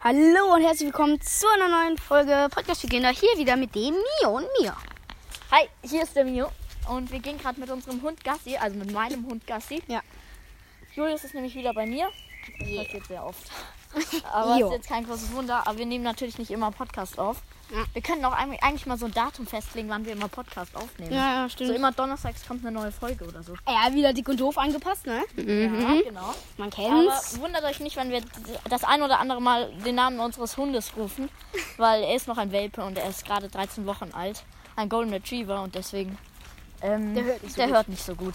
Hallo und herzlich willkommen zu einer neuen Folge Podcast für Kinder. Hier wieder mit dem Mio und mir. Hi, hier ist der Mio und wir gehen gerade mit unserem Hund Gassi, also mit meinem Hund Gassi. Ja. Julius ist nämlich wieder bei mir. Das Yeah. passiert sehr oft. Aber Jo. ist jetzt kein großes Wunder. Aber wir nehmen natürlich nicht immer Podcast auf. Ja. Wir können auch eigentlich eigentlich mal so ein Datum festlegen, wann wir immer Podcast aufnehmen. Ja, ja, So stimmt. immer donnerstags kommt eine neue Folge oder so. ja, wieder dick und doof angepasst, ne? Ja, genau. Man Aber kennt's. wundert euch nicht, wenn wir das ein oder andere Mal den Namen unseres Hundes rufen, weil er ist noch ein Welpe und er ist gerade 13 Wochen alt. Ein Golden Retriever und deswegen. Ähm, Der hört nicht so der gut. hört nicht so gut.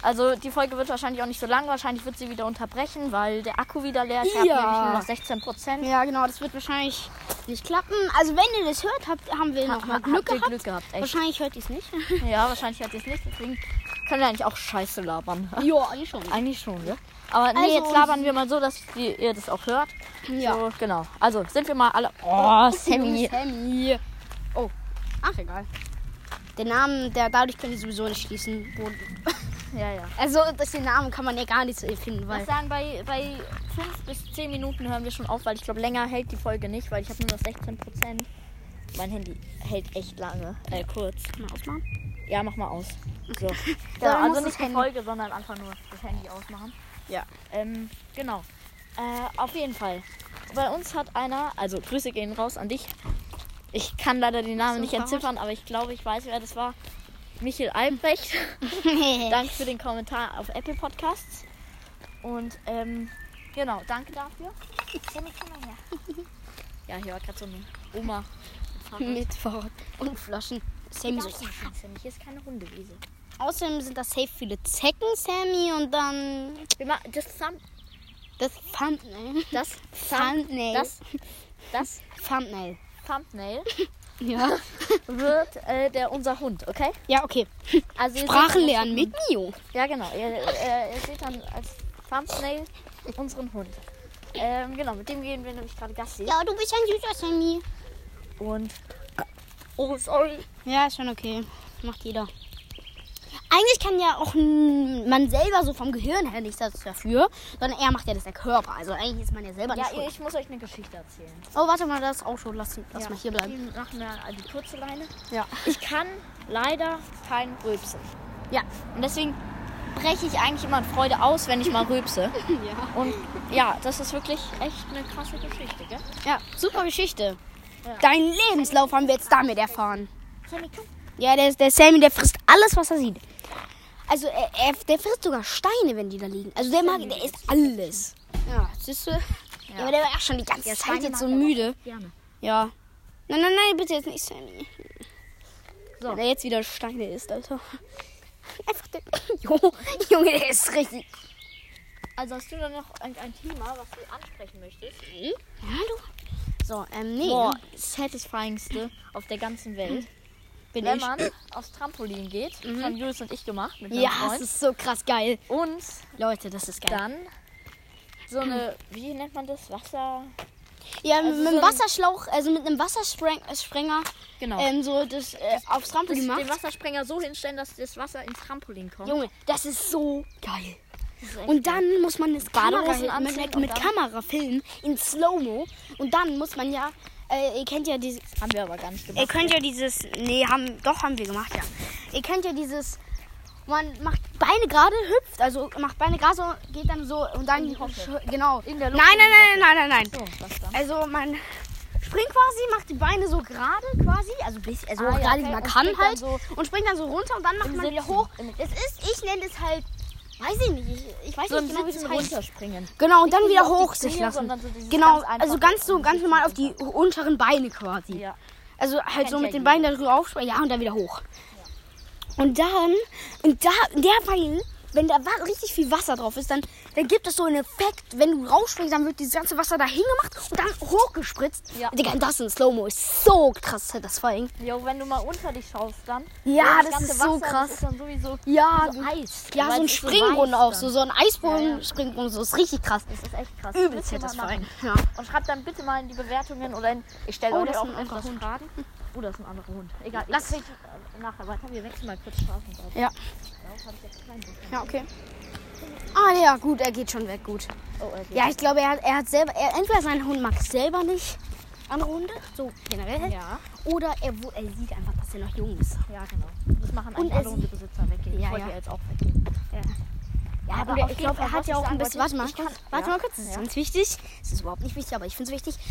Also die Folge wird wahrscheinlich auch nicht so lang. Wahrscheinlich wird sie wieder unterbrechen, weil der Akku wieder leer ist. Ich Ja. habe nämlich nur noch 16 Prozent. Ja, genau, das wird wahrscheinlich nicht klappen. Also, wenn ihr das hört, habt, haben wir nochmal Glück gehabt. Glück gehabt, echt. Wahrscheinlich hört ihr es nicht. Ja, wahrscheinlich hat sie es nicht. Deswegen können wir eigentlich auch Scheiße labern. ja, eigentlich schon. Eigentlich schon, ja. Aber nee, Also jetzt labern wir mal so, dass die, ihr das auch hört. Ja. So, genau. Also sind wir mal alle. Oh, Sammy. Sammy. Oh, ach, egal. Den Namen, der, dadurch könnt ihr sowieso nicht schließen. Wo- Ja, ja. Also, das, den Namen kann man ja gar nicht so finden, Ich weil. würde sagen, bei, bei 5 bis 10 Minuten hören wir schon auf, weil ich glaube, länger hält die Folge nicht, weil ich habe nur noch 16 Prozent. Mein Handy hält echt lange, äh, kurz. Mal ausmachen. Ja, mach mal aus. So. dann Ja, muss also das nicht die Handy- Folge, sondern einfach nur das Handy ausmachen. Ja. Ähm, genau. Äh, auf jeden Fall. Bei uns hat einer, also Grüße gehen raus an dich. Ich kann leider den Namen So, nicht entziffern, aber ich glaube, ich weiß, wer das war. Michael Albrecht. Danke für den Kommentar auf Apple Podcasts. Und ähm, genau, danke dafür. Sammy, komm mal her. Ja, hier war gerade so eine Oma. Mit Fahrrad und Flaschen. Sammy so. Darfst du nicht, Sammy, Hier ist keine Hundewiese. Außerdem sind da safe viele Zecken, Sammy, und dann Wir machen das zusammen. das Thumbnail. Das Thumbnail. Das, das Thumbnail. Thumbnail Ja. wird äh, der, unser Hund, okay? Ja, okay. Also ihr Sprachen seht- lernen mit Mio. Ja, genau. Ihr, äh, ihr seht dann als Thumbnail unseren Hund. Ähm, genau, mit dem gehen wir nämlich gerade Gassi. Ja, du bist ein süßer Sammy. Und. Oh, sorry. Ja, ist schon okay. Macht jeder. Eigentlich kann ja auch n- man selber so vom Gehirn her nichts dafür, sondern er macht ja das der Körper. Also eigentlich ist man ja selber Ja, nicht ihr- schuld. ich muss euch eine Geschichte erzählen. Oh, warte mal, das ist auch schon. Lass, lass Ja. mal hier bleiben. Die machen wir die kurze Leine. Ja. Ich kann leider kein Rülpsen. Ja. Und deswegen breche ich eigentlich immer in Freude aus, wenn ich mal rülpse. Ja. Und ja, das ist wirklich echt eine krasse Geschichte, gell? Ja, super Geschichte. Ja. Deinen Lebenslauf haben wir jetzt damit erfahren. Sammy, komm. Ja, der, der Sammy, der frisst alles, was er sieht. Also, er, er, der frisst sogar Steine, wenn die da liegen. Also, der mag, der isst alles. Ja, siehst du? Ja. aber der war ja schon die ganze Zeit Steine jetzt mag so er doch. müde. Gerne. Ja. Nein, nein, nein, bitte jetzt nicht Sammy. So. Wenn er jetzt wieder Steine isst, Alter. Einfach der. Jo, Junge, der ist richtig. Also hast du da noch irgendein Thema, was du ansprechen möchtest? Hallo? So, ähm, nee. Boah, ne? satisfyingste auf der ganzen Welt. bin wenn Mhm. ich. Mhm. man aufs Trampolin geht, das haben Julius und ich gemacht mit meinem Ja, das Freund. ist so krass geil. Und Leute, das ist geil. dann so eine, wie nennt man das? Wasser. Ja, mit also so einem ein- Wasserschlauch, also mit einem Wassersprenger Genau. ähm, so das äh, aufs das, Trampolin den macht. Wassersprenger so hinstellen, dass das Wasser ins Trampolin kommt. Junge, das ist so geil. Das ist echt Und dann muss man das Badehosen Kamera mit, anziehen mit, und mit dann- Kamera filmen in Slow-Mo und dann muss man ja äh, ihr kennt ja diese geil. haben wir aber gar nicht ihr gemacht. könnt ja dieses nee, haben doch haben wir gemacht, ja. Ihr kennt ja dieses man macht Beine gerade, hüpft, also macht Beine gerade so, geht dann so und dann die Hocke. genau. In der Nein, Luft nein, nein, nein, nein, nein. So, was dann? Also man springt quasi, macht die Beine so gerade quasi, also bis also Ah, ja, gerade okay. wie man Und kann springt dann halt so und springt dann so runter und dann macht im man wieder Sitzen. hoch. Im- Das ist, ich nenne es halt, weiß ich nicht, ich, ich weiß So ein nicht genau, wie es Sitzen heißt. runterspringen. Genau und dann Nicht wieder so auf die hoch sich Knie, lassen. sondern so dieses genau, ganz also einfache ganz so auf die ganz normal auf die Sitzen unteren Beine quasi. Ja. Also halt so Kennt mit ja den Beinen darüber aufspringen, ja und dann wieder hoch. Und dann und da in der Bein wenn da wa- richtig viel Wasser drauf ist, dann, dann gibt es so einen Effekt. Wenn du rausspringst, dann wird dieses ganze Wasser da hingemacht und dann hochgespritzt. Ja. Digga, das in Slow-Mo ist so krass satisfying. Jo, wenn du mal unter dich schaust, dann. Ja, das das ganze ist so Wasser, krass. Das ist dann sowieso Ja, so Eis. ja weil so ein es ist Springbrunnen weiß auch, dann. so, so ein Eisbrunnen, Ja, ja. Springbrunnen, so ist richtig krass. Das ist echt krass. Übel Müsst ihr mal satisfying. machen. Ja. Und schreibt dann bitte mal in die Bewertungen oder in. Ich stelle Oh, euch das auch ist ein öfters anderer Hund. Hm. Fragen. Oh, das ist ein anderer Hund. Egal. Lass- ich, nachher weiter. Wir wechseln mal kurz Straßenbau. Ja. Darauf habe ich jetzt keinen Bock. Ja, okay. Ah ja, gut, er geht schon weg, gut. Oh, er geht. Ja, ich glaube, er hat, er hat selber, er, entweder sein Hund mag selber nicht andere Hunde, so generell, halt, Ja, oder er, wo- er sieht einfach, dass er noch jung ist. ja, genau. Das machen Und eigentlich er alle sieht- Hundebesitzer weggehen. Ja, ich wollte ja. ja jetzt auch weggehen. Ja, aber aber auf ich jeden glaube, Fall, er hat was ja ich auch ein sagen bisschen. Warte wollte, mal, ich kann- warte ja. mal kurz, das ist Ja. ganz wichtig. Das ist überhaupt nicht wichtig, aber ich finde es wichtig.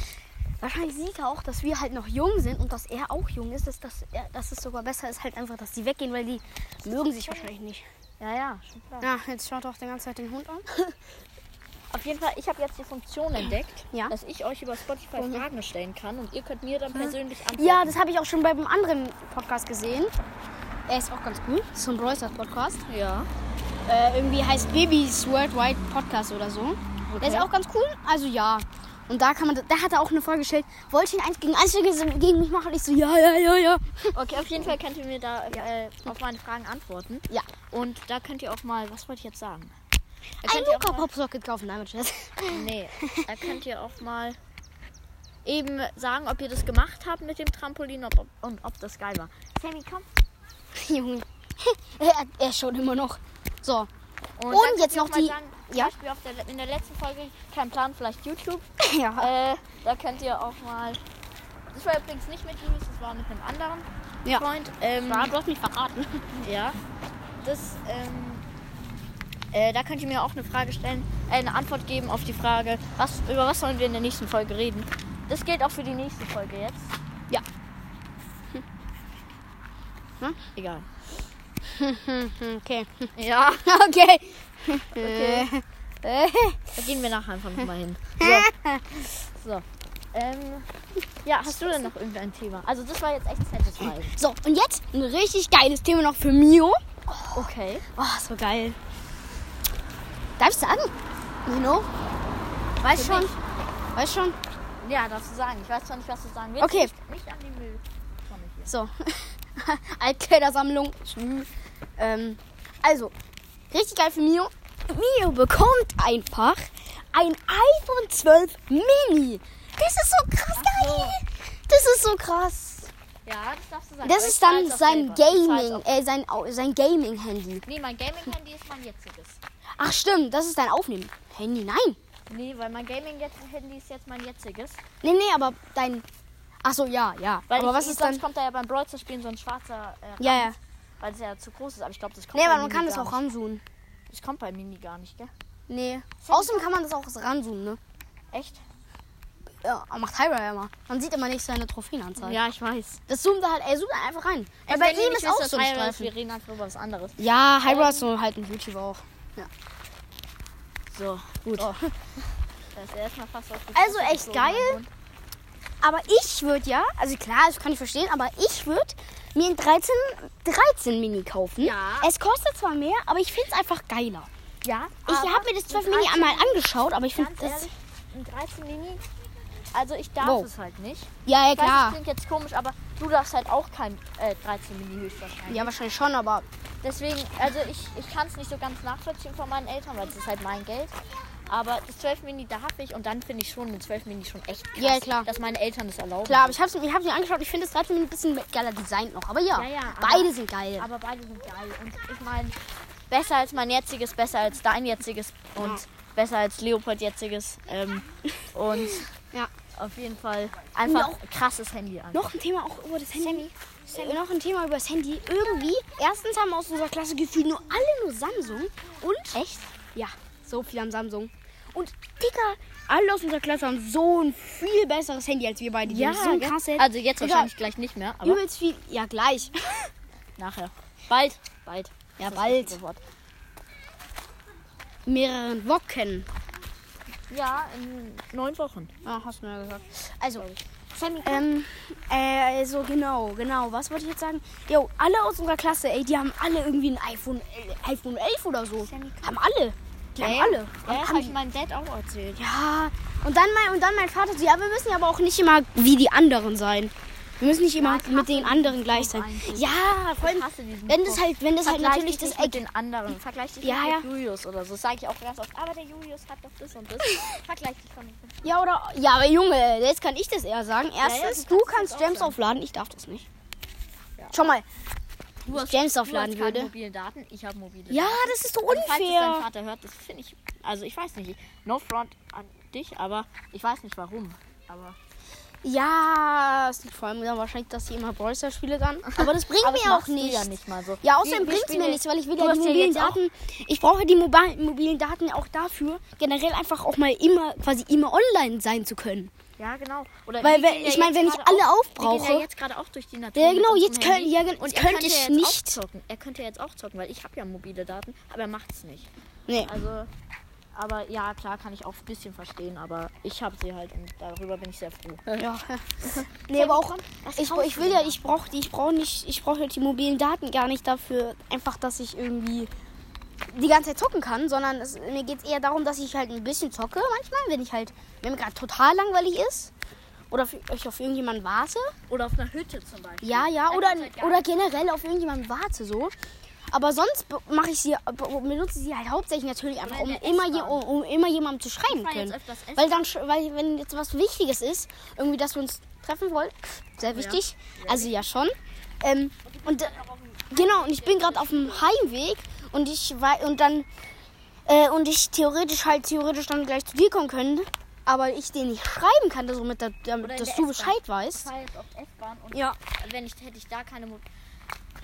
Wahrscheinlich sieht er auch, dass wir halt noch jung sind und dass er auch jung ist, dass, dass, er, dass es sogar besser ist, halt einfach, dass die weggehen, weil die mögen sich wahrscheinlich nicht. Ja, ja, schon klar. Ja, jetzt schaut auch die ganze Zeit den Hund an. Auf jeden Fall, ich habe jetzt die Funktion entdeckt, Ja. Mhm. dass ich euch über Spotify Fragen stellen kann und ihr könnt mir dann persönlich antworten. Ja, das habe ich auch schon beim anderen Podcast gesehen. Er ist auch ganz cool. Das ist so ein Broiser-Podcast. ja. Äh, irgendwie heißt Babys Worldwide Podcast oder so. Der ist auch ganz cool. Also ja. Und da kann man, da hat er auch eine Frage gestellt, wollte ihn eins gegen eins gegen gegen mich machen? Und ich so, ja, ja, ja, ja. Okay, auf jeden Fall könnt ihr mir da äh, auf meine Fragen antworten. Ja. Und da könnt ihr auch mal, was wollte ich jetzt sagen? Da Ein könnt ihr auch Luca mal- Pop Socket kaufen, damit Scherz. Nee, da könnt ihr auch mal eben sagen, ob ihr das gemacht habt mit dem Trampolin ob, ob, und ob das geil war. Sammy, komm. Junge. er, er schaut immer noch. So. Und dann könnt jetzt ihr auch noch mal die- Sagen, ja. ja. Beispiel auf der, in der letzten Folge, kein Plan, vielleicht YouTube. ja. Äh, da könnt ihr auch mal. Das war übrigens nicht mit Julius, das war mit einem anderen Äh, Ja. Freund. Ähm, du hast mich verraten. ja. Das, ähm, äh, da könnt ihr mir auch eine Frage stellen, äh, eine Antwort geben auf die Frage, was, über was sollen wir in der nächsten Folge reden. Das gilt auch für die nächste Folge jetzt. Ja. Hm? Egal. Okay. Ja, Okay. okay. Äh, Da gehen wir nachher einfach nochmal hin. So. so. Ähm, ja, hast du denn noch irgendein Thema? Also das war jetzt echt satisfying. So, und jetzt ein richtig geiles Thema noch für Mio. Okay. Oh, so geil. Darf ich sagen? You know? Weiß Für schon. mich. Weiß schon. Ja, darfst du sagen. Ich weiß zwar nicht, was du sagen willst. Okay. Nicht, nicht an die Mülltonne hier. So. Altkleidersammlung. Ähm, also, richtig geil für Mio. Mio bekommt einfach ein iPhone 12 Mini. Das ist so krass Ach so. geil. Das ist so krass. Ja, das darfst du sagen. Das Aber ich ist dann zahl's auch sein selber. Ich zahl's Gaming, auch- äh, sein, Au- sein Gaming-Handy. Nee, mein Gaming-Handy ist mein jetziges. Ach stimmt, das ist dein Aufnehmen. Handy, nein. Nee, weil mein Gaming-Handy ist jetzt mein jetziges. Nee, nee, aber dein. Ach so, ja, ja. Weil aber ich, was ich- ist sonst dann. kommt da ja beim Brawl zu spielen so ein schwarzer, äh, Ja, ja. weil es ja zu groß ist. Aber ich glaube, das kommt Nee, bei aber man Mini kann das gar auch nicht. ranzoomen. Das kommt bei Mini gar nicht, gell? Nee. Außerdem kann man das auch ranzoomen, ne? Echt? Ja, macht Hyra ja immer. Man sieht immer nicht seine Trophäenanzahl. Ja, ich weiß. Das zoomt er halt, er zoomt einfach rein. Weil Ey, bei wenn ihr ihm nicht ist wisst, auch dass so ein Hyra ist, Streifen. Wir reden einfach über was anderes. Ja, Hyra Ähm. ist so halt ein YouTuber auch. Ja. So, gut. Oh. Das ist erstmal fast auf die Also Fresse echt geflogen, mein geil. Hund. Aber ich würde ja, also klar, das kann ich verstehen, aber ich würde mir ein 13, 13 Mini kaufen. Ja. Es kostet zwar mehr, aber ich finde es einfach geiler. Ja, Ich habe mir das 12 Mini einmal angeschaut, aber ich finde Ganz das. ehrlich, ein 13 Mini. Also ich darf Wow. es halt nicht. Ja, ja, Ich weiß, das klar. klingt jetzt komisch, aber du darfst halt auch kein äh, 13 Mini höchstwahrscheinlich. Ja, wahrscheinlich schon, aber Deswegen, also ich, ich kann es nicht so ganz nachvollziehen von meinen Eltern, weil das ist halt mein Geld. Aber das 12 Mini darf ich und dann finde ich schon den 12 Mini schon echt krass, Ja, klar. dass meine Eltern das erlauben. Klar, aber ich hab's, ich hab's mir angeschaut. Ich finde das 13 Minuten ein bisschen geiler designt noch. Aber ja, Ja, ja, aber- beide sind geil. Aber beide sind geil. Und ich meine, besser als mein jetziges, besser als dein jetziges und besser als Leopold jetziges. Ähm, und Ja. auf jeden Fall einfach Noch- krasses Handy an. noch ein Thema auch über das Handy. Äh, noch ein Thema über das Handy. Irgendwie, erstens haben aus unserer Klasse gefühlt nur alle nur Samsung. Und? Echt? Ja, so viel am Samsung. Und Digga, alle aus unserer Klasse haben so ein viel besseres Handy als wir beide. Die haben so ein gell? krasses Handy. Also jetzt Digga, wahrscheinlich gleich nicht mehr, aber Übelst viel. Ja, gleich. nachher. Bald, bald. Ja, Das ist das bald. richtige Wort. Mehreren Wochen. Ja, in neun Wochen. Ah, hast du mir ja gesagt. Also, ähm, äh, so genau, genau. Was wollte ich jetzt sagen? Jo, alle aus unserer Klasse, ey, die haben alle irgendwie ein iPhone, äh, iPhone 11 oder so. Sammy, komm. Haben alle. Die haben alle. Ja, haben habe ich meinem Dad auch erzählt. Ja. Und dann mein, und dann mein Vater so, ja, wir müssen ja aber auch nicht immer wie die anderen sein. Wir müssen nicht immer ich mit hasse den diesen anderen gleich sein. Spruch eigentlich. Ja, vor allem, Ich hasse diesen wenn das Spruch. halt, wenn das halt Vergleich natürlich dich das nicht mit Eck. Hm? den anderen. Vergleich dich Ja, nicht ja. mit Julius oder so. Das sage ich auch ganz oft. Aber der Julius hat doch das und das. Vergleich dich von Ja, oder, ja, aber Junge, jetzt kann ich das eher sagen. ja, Erstens, du du kannst kannst das auch Gems sagen. aufladen, ich darf das nicht. Ja. Schau mal, Du hast, James du aufladen hast keine würde. mobilen Daten, ich habe mobile Ja, Daten. das ist so Und Falls es dein unfair. Vater hört, das finde ich. Also ich weiß nicht. No front an dich, aber ich weiß nicht warum. Aber Ja, es liegt vor allem dann wahrscheinlich, dass sie immer Brawl Stars Spiele dann. Aber das bringt aber das mir auch machst du nichts. ja nicht mal so. Ja, Wir- außerdem wir bringt es mir spielen- nichts, weil ich will du ja die hast mobilen jetzt auch- Daten. Ich brauche die mobi- mobilen Daten auch dafür, generell einfach auch mal immer, quasi immer online sein zu können. Ja, genau. Oder Weil wir wenn- gehen ich ja meine, wenn jetzt ich gerade alle auch- Wir aufbrauche- gehen ja jetzt gerade auch durch die Natur. Ja, mit genau, unserem jetzt könnt- Handy. ja, gen- Und er könnte könnte ich jetzt nicht. Auch zocken. Er könnte jetzt auch zocken, weil ich habe ja mobile Daten, aber er macht's nicht. Nee. Also, aber ja, klar, kann ich auch ein bisschen verstehen, aber ich habe sie halt und darüber bin ich sehr froh. Ja. nee, aber auch. Was Ich, kaufst ich du will denn ja, ich brauche die, ich brauche nicht, ich brauche die mobilen Daten gar nicht dafür, einfach, dass ich irgendwie die ganze Zeit zocken kann, sondern es, mir geht es eher darum, dass ich halt ein bisschen zocke manchmal, wenn ich halt, wenn mir gerade total langweilig ist oder auf- ich auf irgendjemanden warte. Oder auf einer Hütte zum Beispiel. Ja, ja, Da oder, kannst du halt gar oder generell auf irgendjemanden warte so. Aber sonst be- mache ich sie, be- benutze ich sie halt hauptsächlich natürlich einfach, Oder in um der immer, je, um, S-Bahn. um immer jemandem zu schreiben Ich war jetzt können. öfters S-Bahn. Weil dann, sch- weil wenn jetzt was Wichtiges ist, irgendwie, dass wir uns treffen wollen, sehr wichtig, also ja schon. Ähm, und äh, genau, und ich bin gerade auf dem Heimweg und ich war und dann äh, und ich theoretisch halt theoretisch dann gleich zu dir kommen können, aber ich den nicht schreiben kann, also mit der, damit, Oder in dass der du S-Bahn. Bescheid Ich weißt. fahre jetzt auf S-Bahn und Ja. wenn ich, hätte ich da keine Mo-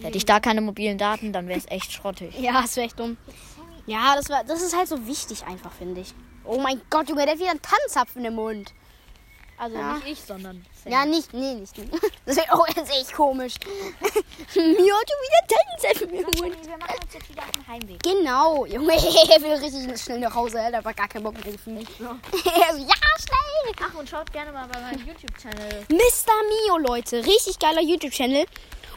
Hätte ich da keine mobilen Daten, dann wäre es echt schrottig. Ja, das wäre echt dumm. Ja, das, war, das ist halt so wichtig einfach, finde ich. Oh mein Gott, Junge, der hat wieder einen Tanzapfen im Mund. Also Ja. nicht ich, sondern Sam. Ja, nicht, nee, nicht. nicht. Das wäre oh, das ist echt komisch. Mir hat schon wieder Tanzapfen im Mund. Wir machen uns jetzt wieder auf den Heimweg. Genau, Junge, ich will richtig schnell nach Hause, der hat aber gar keinen Bock mehr gefühlt. ja, schnell! Ach, und schaut gerne mal bei meinem YouTube-Channel. Mr. Mio, Leute. Richtig geiler YouTube-Channel.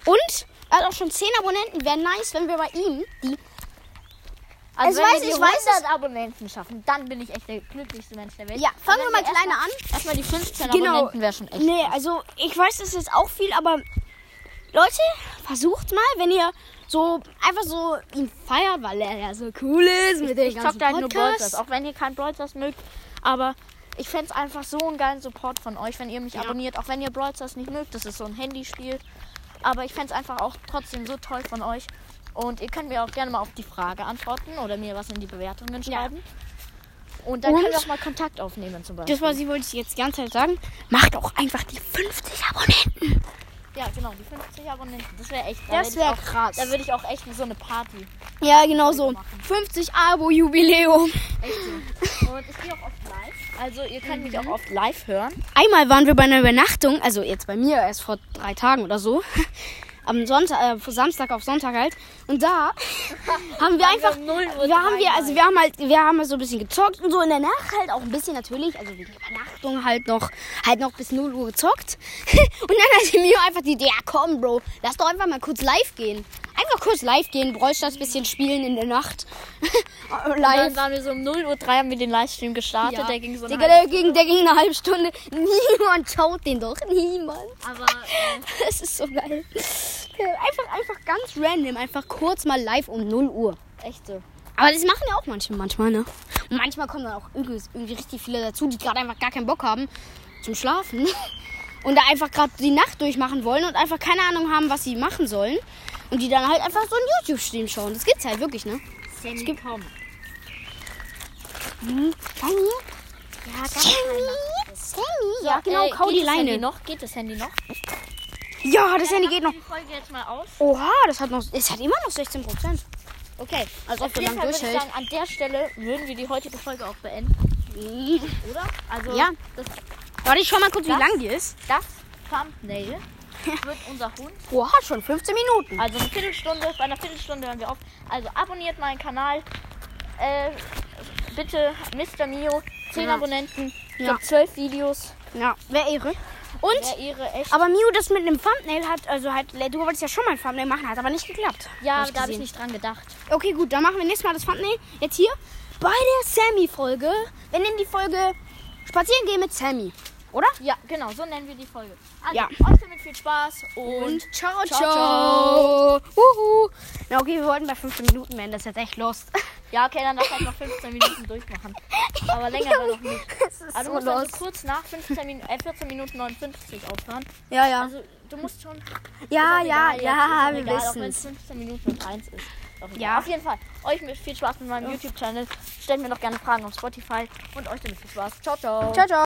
Und er hat auch schon 10 Abonnenten. Wäre nice, wenn wir bei ihm die. Also wenn wir die 100 Abonnenten schaffen, dann bin ich echt der glücklichste Mensch der Welt. Ja, fangen wir mal kleiner an. Erstmal die 15 Genau. Abonnenten wäre schon echt. Nee, also ich weiß, das ist jetzt auch viel, aber Leute, versucht mal, wenn ihr so einfach so ihn feiert, weil er ja so cool ist mit dem Ich ganzen zockt halt nur Brawl Stars, Podcast. auch wenn ihr kein Brawl Stars mögt. Aber ich fände es einfach so einen geilen Support von euch, wenn ihr mich abonniert. Auch wenn ihr Brawl Stars nicht mögt, das ist so ein Handyspiel. Aber ich fände es einfach auch trotzdem so toll von euch. Und ihr könnt mir auch gerne mal auf die Frage antworten oder mir was in die Bewertungen schreiben. Und dann Und- können wir auch mal Kontakt aufnehmen zum Beispiel. Das, was ich wollte ich jetzt die ganze Zeit sagen, macht auch einfach die 50 Abonnenten. ja, genau, die 50 Abonnenten. Das wäre echt da Das hätte ich wär auch- krass. Da würde ich auch echt so eine Party. Ja, genau so. machen. 50 Abo-Jubiläum. Echt so. Und ich gehe auch oft live. Also ihr könnt mich auch oft live hören. Einmal waren wir bei einer Übernachtung, also jetzt bei mir erst vor drei Tagen oder so. Am Sonntag, äh, von Samstag auf Sonntag halt. Und da haben wir einfach, um 0 Uhr wir haben wir, dreimal. also wir haben halt, wir haben halt so ein bisschen gezockt und so in der Nacht halt auch ein bisschen natürlich, also wegen Übernachtung halt noch, halt noch bis 0 Uhr gezockt. und dann hatte mir einfach die Idee, ja komm Bro, lass doch einfach mal kurz live gehen. Einfach kurz live gehen, Bräuchstadt ein bisschen spielen in der Nacht. Dann live. waren wir so um 0 Uhr 3 haben wir den Livestream gestartet. Ja. Der ging so eine Digga, halbe- der, ging, der ging eine halbe Stunde. Niemand schaut den doch. Niemand. Aber äh, Das ist so geil. Einfach, einfach ganz random. Einfach kurz mal live um 0 Uhr. echt so. Aber das machen ja auch manche manchmal, ne? Und manchmal kommen dann auch irgendwie, irgendwie richtig viele dazu, die gerade einfach gar keinen Bock haben zum Schlafen. Und da einfach gerade die Nacht durchmachen wollen und einfach keine Ahnung haben, was sie machen sollen. Und die dann halt einfach so einen YouTube-Stream schauen. Das gibt's halt wirklich, ne? Sammy gibt kaum. Hm? Sammy? Ja, ganz Sammy? Sammy? Ja, genau, kau die geht Das Handy Leine. noch? Geht das Handy noch? Ja, das Handy Dann geht machen noch. wir Die Folge jetzt mal aus. Oha, das hat noch, es hat immer noch 16 Prozent. Okay. Also, Auf ob so jeden lange Fall würde ich durchhält. sagen, an der Stelle würden wir die heutige Folge auch beenden, oder? Also Ja. das, Warte ich schau mal kurz, wie Das- lang die ist. das Thumbnail wird unser Hund. Oha, schon 15 Minuten. Also eine Viertelstunde, bei einer Viertelstunde hören wir auf. Also abonniert meinen Kanal. Äh, bitte Mr. Mio, 10 Ja. Abonnenten, ich Ja. glaube 12 Videos. Ja, wäre Ehre. Und, Wäre ihre echt. aber Miu, das mit einem Thumbnail hat, also halt, du wolltest ja schon mal ein Thumbnail machen, hat aber nicht geklappt. Ja, Hab da habe ich gesehen. nicht dran gedacht. Okay, gut, dann machen wir nächstes Mal das Thumbnail. Jetzt hier bei der Sammy-Folge. Wir nennen die Folge Spazieren gehen mit Sammy. Oder? Ja, genau, so nennen wir die Folge. Also, Ja. euch damit viel Spaß und ciao, ciao. ciao. Uhu. Na, okay, wir wollten bei 15 Minuten werden, das ist jetzt echt lost. ja, okay, dann lass halt noch 15 Minuten durchmachen. Aber länger war noch nicht. Ah, Das ist Also, du musst also kurz nach 15 Minuten, äh, 14 Minuten 59 aufhören. Ja, ja. Also, Du musst schon. Ja, ist auch ja, egal, ja, jetzt, ist auch wir egal, Auch wenn es wissen's. 15 Minuten und eins ist. Ist auch egal. Ja. Auf jeden Fall. Euch mit viel Spaß mit meinem YouTube-Channel. Stellt mir noch gerne Fragen auf Spotify und euch damit viel Spaß. Ciao, ciao. Ciao, ciao.